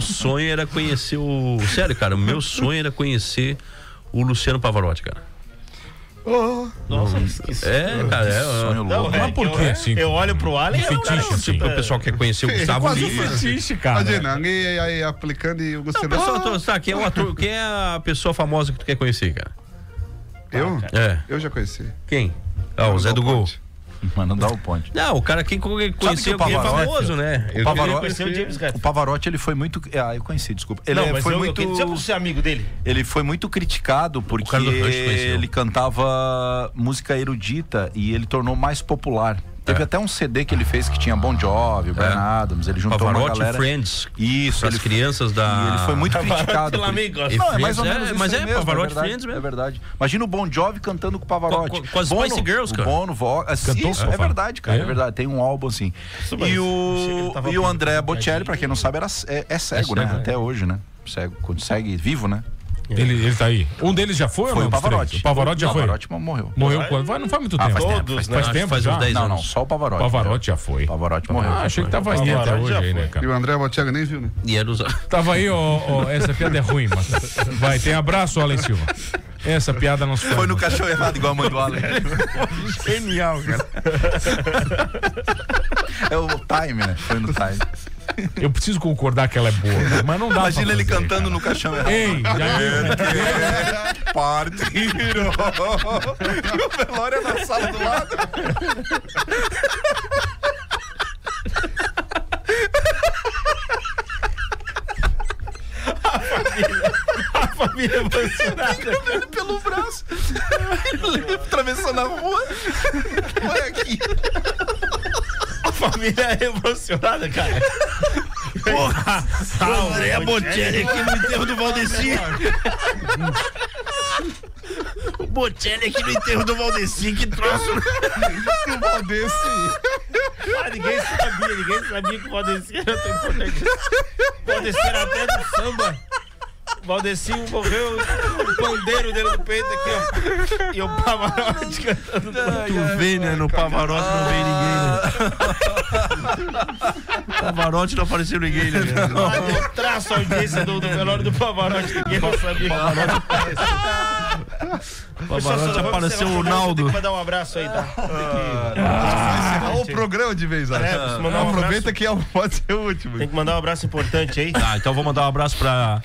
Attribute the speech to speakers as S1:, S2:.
S1: sonho era conhecer o. Sério, cara, o meu sonho era conhecer o Luciano Pavarotti, cara.
S2: Oh,
S3: Nossa, que
S1: É, cara, é.
S4: Sonho
S1: é-
S4: louco.
S3: Mas por
S2: eu-
S3: quê, assim?
S2: Eu olho pro Alien e
S3: Um
S2: eu
S3: fetiche,
S2: não,
S3: assim.
S1: Tipo, o pessoal quer conhecer o Gustavo
S3: Quase um
S1: Lima.
S3: fetiche, cara.
S4: Imagina, alguém aí, aí aplicando e o
S1: Não,
S4: Luciano.
S1: pessoal, tu- tá, quem é o ator, quem é a pessoa famosa que tu quer conhecer, cara?
S4: Ah, eu?
S1: É.
S4: Eu já conheci.
S1: Quem? Ah, o Zé do Gol.
S4: Mas não dá o ponte.
S1: Não, o cara quem co- conheceu
S4: que o
S1: quem é
S4: Pavarotti-
S1: famoso, né?
S4: O Pavarotti,
S2: conhecer o James Hetfield.
S4: o Pavarotti, ele foi muito. Ah, eu conheci, desculpa. Ele
S2: Não,
S4: é-
S2: mas
S4: foi
S2: eu,
S4: muito.
S2: eu queria dizer pra você amigo dele.
S4: Ele foi muito criticado porque
S1: cara do Rush conheceu.
S4: ele cantava música erudita e ele tornou mais popular. Teve
S2: É.
S4: até um CD que ele fez que tinha Bon Jovi, o Brian Adams, ele juntou uma
S1: Pavarotti
S4: galera.
S1: Friends.
S4: Isso,
S1: As
S4: ele,
S1: crianças da.
S4: e ele foi muito criticado. por-
S1: E
S4: Não, é
S1: Friends,
S4: mais ou menos
S1: é,
S4: isso
S1: mas
S4: aí
S1: é,
S4: mesmo,
S1: Pavarotti
S4: é verdade,
S1: Friends mesmo.
S4: É verdade. Imagina o Bon Jovi cantando com o Pavarotti.
S1: Com- com as
S4: Bono,
S1: Spice Girls, cara.
S4: O Bono, vo... ah,
S3: Cantou
S4: isso,
S3: com o
S4: é
S3: Pavarotti.
S4: verdade, cara, é.
S3: É.
S4: verdade. Tem um álbum assim.
S2: Isso, mas
S4: E
S2: achei que ele
S4: o,
S2: tava
S4: e o
S2: com-
S4: André Bocelli, pra quem não sabe, era, é, é cego, né?
S1: cego, é.
S4: Até hoje, né? Cego, consegue vivo, né?
S3: Ele, ele tá aí. Um deles já foi, ou
S4: Foi
S3: não,
S4: o
S3: dos
S4: Pavarotti.
S3: três? O Pavarotti já
S4: Não,
S3: foi.
S4: Pavarotti morreu.
S3: Morreu quando? Vai, Não faz muito
S4: Ah,
S3: tempo.
S4: faz tempo,
S2: Todos,
S3: Faz
S2: né?
S3: tempo,
S1: Acho que faz
S3: já?
S1: uns 10
S4: Não, não,
S1: anos.
S4: só o Pavarotti.
S3: Pavarotti já foi.
S4: Pavarotti morreu.
S3: Ah, achei que tava aí
S2: Pavarotti
S3: até hoje
S2: já
S3: aí, né,
S2: foi.
S4: E
S3: cara?
S4: o André Bocelli nem viu, né?
S1: E era os.
S3: Tava aí, ó, ó, essa piada é ruim, mas Vai, tem abraço, Alan Silva. Essa piada não se faz,
S4: Foi no
S3: mano.
S4: cachorro errado, igual a mãe do Allen.
S1: Genial, cara.
S4: É o time, né? Foi no time.
S3: Eu preciso concordar que ela é boa, né? mas não dá pra
S4: Imagina ele
S3: fazer,
S4: cantando no né? caixão
S3: cara.
S4: errado.
S3: Ei, já viu?
S4: É, Partiu! E o velório é na sala do lado.
S2: Família emocionada.
S4: Ele pelo braço. Ele atravessando a rua. Foi aqui.
S2: Família emocionada, cara. Porra! André Bocelli aqui no enterro do Valdeci. O Bocelli aqui no enterro do Valdeci, que troço.
S4: O Valdeci.
S2: Ah, ninguém sabia, ninguém sabia que o Valdeci era tão importante. O Valdeci era até do samba. O Valdeci morreu o pandeiro dele no peito aqui, ó. E o Pavarotti cantando.
S1: Tu vê, né? No Pavarotti não veio
S4: Ah.
S1: ninguém, né? Pavarotti não apareceu ninguém, né?
S2: Olha, traça a audiência do, do velório do Pavarotti. Ninguém não sabia.
S1: Pavarotti apareceu o
S2: Tem
S1: Naldo.
S2: que mandar um abraço aí, tá?
S4: Olha o programa de vez, olha.
S2: É, preciso mandar um
S4: Ah, Aproveita
S2: abraço.
S4: que é o- pode ser o último.
S1: Ah,
S2: Tem que mandar um abraço importante aí.
S1: Tá, então vou mandar um abraço pra